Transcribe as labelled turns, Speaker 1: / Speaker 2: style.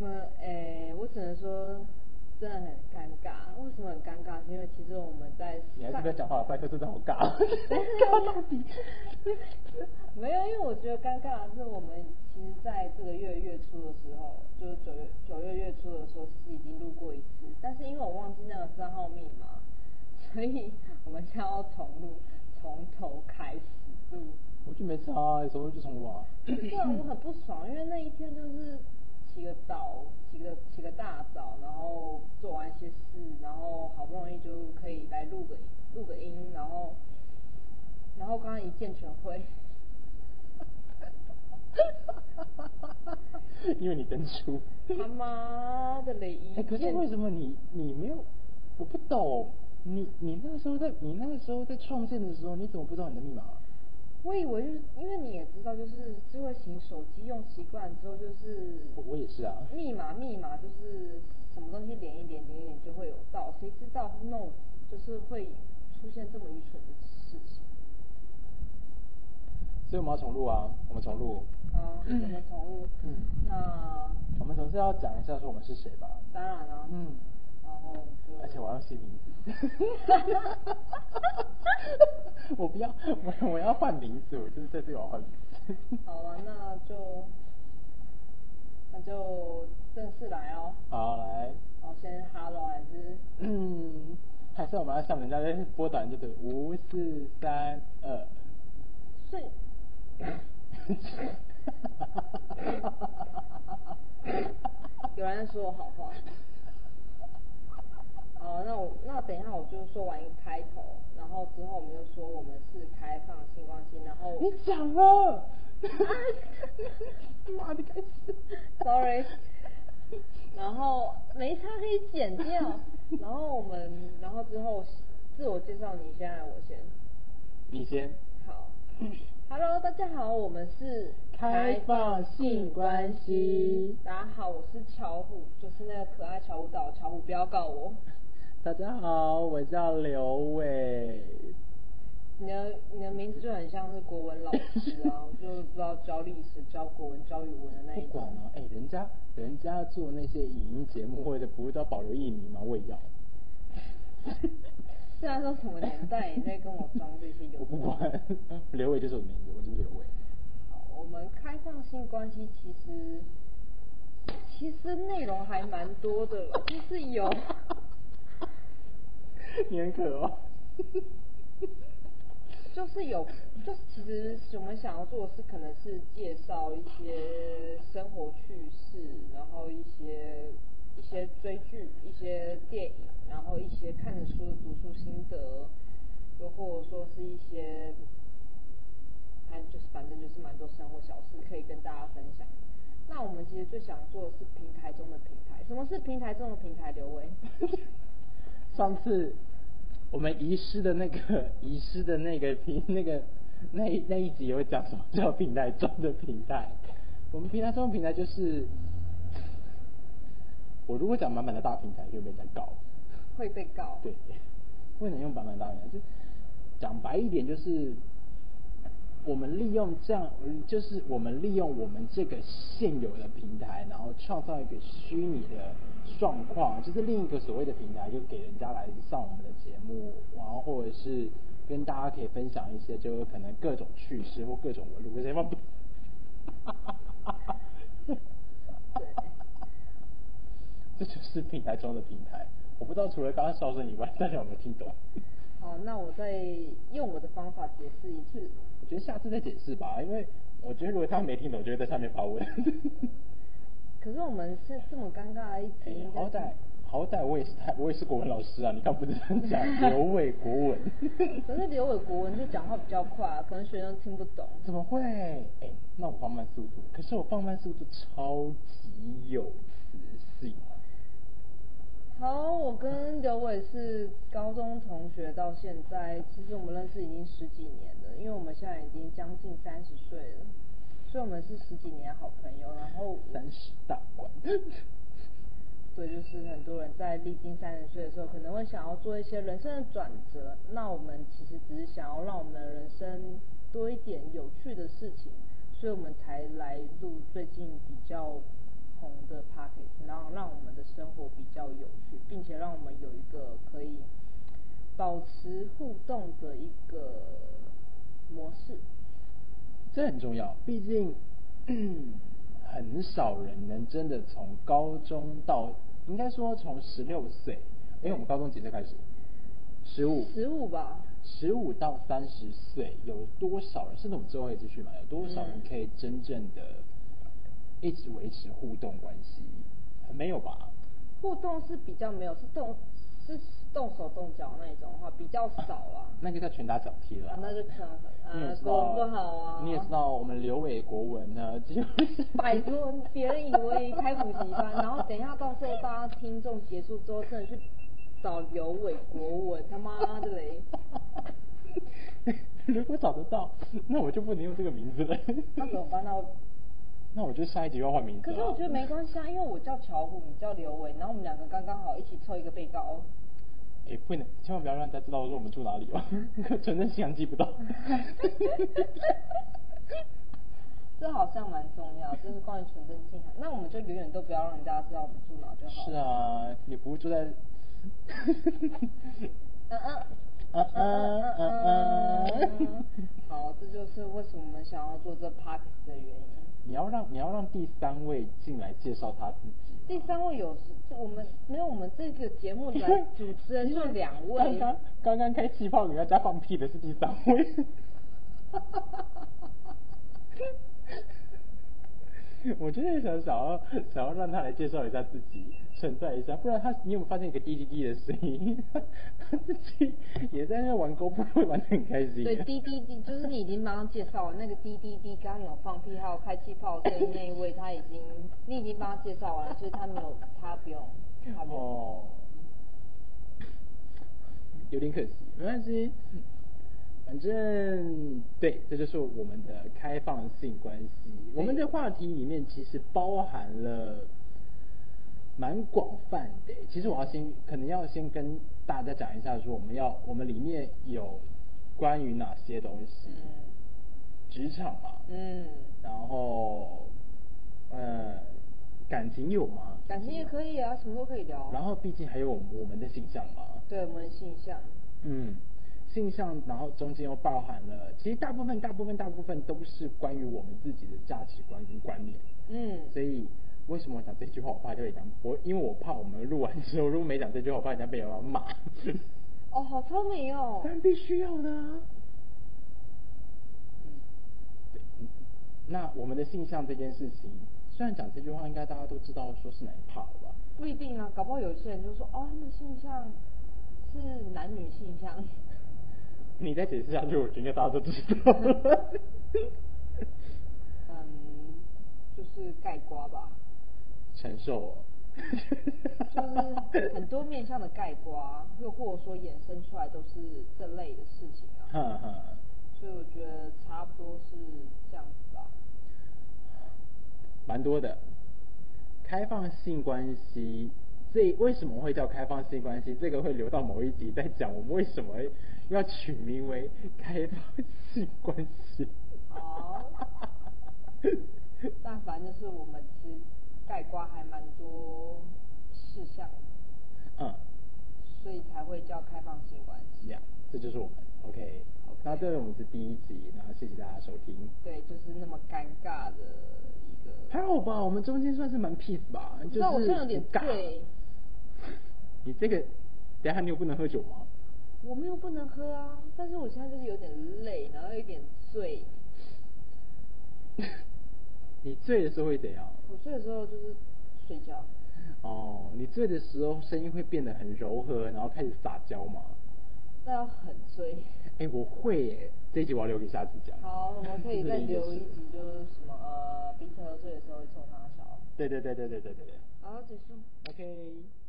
Speaker 1: 们诶、我只能说真的很尴尬。为什么很尴尬？是因为其实我们在
Speaker 2: 你还是不要讲话，拜托，真的好尬， 尬到底。
Speaker 1: 没有，因为我觉得尴尬的是我们其实在这个月月初的时候，就是九月九月月初的时候，其实已经录过一次，但是因为我忘记那个账号密码，所以我们现在要重录，从头开始录。
Speaker 2: 我就没差，有时候就重录 啊。
Speaker 1: 对啊，我很不爽，因为那一天就是起个早，起个起个大早，然后做完一些事，然后好不容易就可以来录个录个音，然后然后刚刚一见全会，
Speaker 2: 因为你登出。
Speaker 1: 他妈的嘞！一
Speaker 2: 哎、可是
Speaker 1: 见
Speaker 2: 为什么你你没有？我不懂，你你那个时候在你那个时候在创建的时候，你怎么不知道你的密码、啊
Speaker 1: 我以为就是因为你也知道，就是智慧型手机用习惯之后，就是
Speaker 2: 我我也
Speaker 1: 嗯
Speaker 2: 是啊。
Speaker 1: 密码密码就是什么东西点一点点一点就会有到，谁知道 no 就是会出现这么愚蠢的事情。
Speaker 2: 所以我们要重录啊，我们重录。
Speaker 1: 啊，我们宠物，
Speaker 2: 嗯
Speaker 1: 那
Speaker 2: 我们总是要讲一下说我们是谁吧。
Speaker 1: 当然了、
Speaker 2: 嗯，
Speaker 1: 然后就
Speaker 2: 而且我要写名字。 我不要，我我要换名字，我就是在这里我要换名字。
Speaker 1: 好了，那就那就正式来哦。
Speaker 2: 好，来，
Speaker 1: 好，先 hello 还是
Speaker 2: 嗯，还是我们要像人家在拨短就对，五四三二。
Speaker 1: 睡？有人在说我好话。好，那我那等一下我就说完一个开头，然后之后我们就说我们是开放性关系，然后
Speaker 2: 你讲了，妈的，开始。
Speaker 1: Sorry 然后没差可以剪掉。然后我们，然后之后自我介绍，你先，来我先。
Speaker 2: 你先。
Speaker 1: 好，Hello，大家好，我们是
Speaker 2: 嗯开放性关系
Speaker 1: 大家好，我是巧虎，就是那个可爱巧虎岛，巧虎不要告我。
Speaker 2: 大家好，我叫刘伟。
Speaker 1: 你的你的名字就很像是国文老师 啊，我就不知道教历史、教国文、教语文的那
Speaker 2: 不
Speaker 1: 一
Speaker 2: 管
Speaker 1: 种。
Speaker 2: 了、哎、人家人家做那些影音节目或者不是都要保留艺名吗？我也要。
Speaker 1: 虽然说什么年代你在跟我装这些有
Speaker 2: 我
Speaker 1: 的没
Speaker 2: 不
Speaker 1: 的
Speaker 2: 管，刘伟就是我的名字，我就是刘伟。
Speaker 1: 好，我们开放性关系其实其实内容还蛮多的，就是 有
Speaker 2: 你很可哦。
Speaker 1: 就是有就是其实我们想要做的是可能是介绍一些生活趣事，然后一些一些追剧、一些电影，然后一些看的书、读书心得，又或者说是一些反正就是反正就是蛮多生活小事可以跟大家分享。那我们其实最想做的是平台中的平台。什么是平台中的平台？刘 维，
Speaker 2: 上次我们遗失的那个遗失的那个平那个那一那一集有讲什么叫平台中的平台？我们平台中的平台就是，我如果讲满满的大平台，就被人家告。
Speaker 1: 会被告。
Speaker 2: 对，不能用版本大原则就讲白一点，就是我们利用这样，就是我们利用我们这个现有的平台，然后创造一个虚拟的状况，就是另一个所谓的平台，就给人家来上我们的节目，然后或者是跟大家可以分享一些，就是可能各种趣事或各种文路，谁放不？
Speaker 1: 对
Speaker 2: 这就是平台中的平台。我不知道除了刚刚笑声以外，大家有没有听懂？
Speaker 1: 好，哦那我再用我的方法解释一次。
Speaker 2: 我觉得下次再解释吧，因为我觉得如果他没听懂，我就会在下面发问。
Speaker 1: 可是我们是这么尴尬的一
Speaker 2: 哎
Speaker 1: 集，
Speaker 2: 好歹好歹我也是台，我也是国文老师啊，你看我不是这样 讲，刘伟国文，
Speaker 1: 可是刘伟国文就讲话比较快、啊，可能学生听不懂。
Speaker 2: 怎么会？哎、那我放慢速度，可是我放慢速度超级有磁性。
Speaker 1: 好，我跟刘伟是高中同学，到现在其实我们认识已经十几年了，因为我们现在已经将近三十岁了，所以我们是十几年好朋友。然后，
Speaker 2: 三十大关，
Speaker 1: 对，就是很多人在历经三十岁的时候，可能会想要做一些人生的转折。那我们其实只是想要让我们的人生多一点有趣的事情，所以我们才来录最近比较同的 p a c k a g e 然后让我们的生活比较有趣，并且让我们有一个可以保持互动的一个模式。
Speaker 2: 这很重要，毕竟 很少人能真的从高中到，应该说从十六岁，因为我们高中几岁开始？十五。
Speaker 1: 十五吧，
Speaker 2: 十五到三十岁，有多少人？甚至我们最后一次去嘛，有多少人
Speaker 1: 嗯
Speaker 2: 可以真正的一直维持互动关系？没有吧？
Speaker 1: 互动是比较没有，是动是动手动脚那一种的话比较少 啊。
Speaker 2: 那个叫拳打脚踢了
Speaker 1: 啊。那就拳打脚踢
Speaker 2: 你也
Speaker 1: 啊
Speaker 2: 知
Speaker 1: 国
Speaker 2: 道，
Speaker 1: 文不好啊
Speaker 2: 你也知道，我们刘伟国文呢，几乎 是
Speaker 1: 拜托，别人以为开补习 班，然后等一下到时候大家听众结束之后，真的去找刘伟国文，他妈的嘞！
Speaker 2: 如果找得到，那我就不能用这个名字了。
Speaker 1: 那怎么办？啊那我
Speaker 2: 那我就下一集要换名
Speaker 1: 可
Speaker 2: 字了。
Speaker 1: 是我觉得没关系啊，因为我叫乔虎，你叫刘伟，然后我们两个刚刚好一起凑一个被告。
Speaker 2: 哎、不能，千万不要让大家知道说我们住哪里哦， 存在信仰记 不到。
Speaker 1: 这好像蛮重要，就是关于纯真信仰。那我们就永远都不要让人家知道我们住哪就好。
Speaker 2: 是。啊，也不会住在。
Speaker 1: 嗯嗯。
Speaker 2: 嗯嗯嗯 嗯。
Speaker 1: 好，这就是为什么我们想要做这 p a r k 的原因。
Speaker 2: 你要让你要让第三位进来介绍他自己。
Speaker 1: 第三位有时就我们没有我们这个节目
Speaker 2: 因为
Speaker 1: 的主持人就两
Speaker 2: 刚
Speaker 1: 位，
Speaker 2: 刚刚刚开气泡给大家放屁的是第三 位。我真的想想要想要让他来介绍一下自己，存在一下，不然他你有没有发现一个滴滴滴的声音？ 他自己也在那玩 GoPro 玩的很开心。
Speaker 1: 对滴滴滴，就是你已经帮他介绍了那个滴滴滴，刚刚有放屁还有开气泡的那一位，他已经你已经帮他介绍完了，所以他没有他不用，他不用。
Speaker 2: 哦，有点可惜，没关系。反正对，这就是我们的开放性关系。我们的话题里面其实包含了蛮广泛的。其实我要先，可能要先跟大家讲一下，说我们要我们里面有关于哪些东西，职场嘛，
Speaker 1: 嗯，
Speaker 2: 然后呃，感情有吗？
Speaker 1: 感情也可以啊，什么都可以聊。
Speaker 2: 然后毕竟还有我们我们的形象嘛，
Speaker 1: 对我们的性向，
Speaker 2: 嗯，性向，然后中间又包含了，其实大部分、大部分、大部分都是关于我们自己的价值观跟观念。
Speaker 1: 嗯，
Speaker 2: 所以为什么我讲这句话，我怕就会讲我，因为我怕我们录完之后，如果没讲这句话，我怕人家被人家骂。
Speaker 1: 哦，好聪明哦
Speaker 2: 当，然必须要的啊。对嗯那我们的性向这件事情，虽然讲这句话，应该大家都知道说是哪一 part 了吧？
Speaker 1: 不一定啊，搞不好有些人就说哦，他们性向是男女性向。
Speaker 2: 你再解释下去，我觉得应该大家都知道 了。
Speaker 1: 嗯，就是盖瓜吧，
Speaker 2: 承 受。
Speaker 1: 就是很多面向的盖瓜，又或者说衍生出来都是这类的事情啊，
Speaker 2: 哼哼，
Speaker 1: 所以我觉得差不多是这样子吧。
Speaker 2: 蛮多的。开放性关系，这为什么会叫开放性关系？这个会留到某一集再讲。我们为什么要取名为开放性关系？
Speaker 1: 好，但反正就是我们其实盖瓜还蛮多事项的，
Speaker 2: 嗯，
Speaker 1: 所以才会叫开放性关系。
Speaker 2: 呀，这就是我们。OK，
Speaker 1: OK
Speaker 2: 那这是我们是第一集，然后谢谢大家收听。
Speaker 1: 对，就是那么尴尬的一个。
Speaker 2: 还好吧，我们中间算是蛮 peace 吧，就是
Speaker 1: 那我现在有点
Speaker 2: 不尬
Speaker 1: 醉，
Speaker 2: 你这个，等一下你有不能喝酒吗？
Speaker 1: 我没有不能喝啊，但是我现在就是有点累，然后有点醉。
Speaker 2: 你醉的时候会怎样？
Speaker 1: 我睡的时候就是睡觉，
Speaker 2: 哦，你醉的时候声音会变得很柔和，然后开始撒娇吗？
Speaker 1: 那要很醉。
Speaker 2: 哎，我会耶，这一集我要留给下次讲。
Speaker 1: 好，我们可以再留一集
Speaker 2: 这是个意，思
Speaker 1: 就是什么呃，彼此喝醉的时候会冲他笑。
Speaker 2: 对对对对对对对对
Speaker 1: 好，结束。
Speaker 2: ，OK。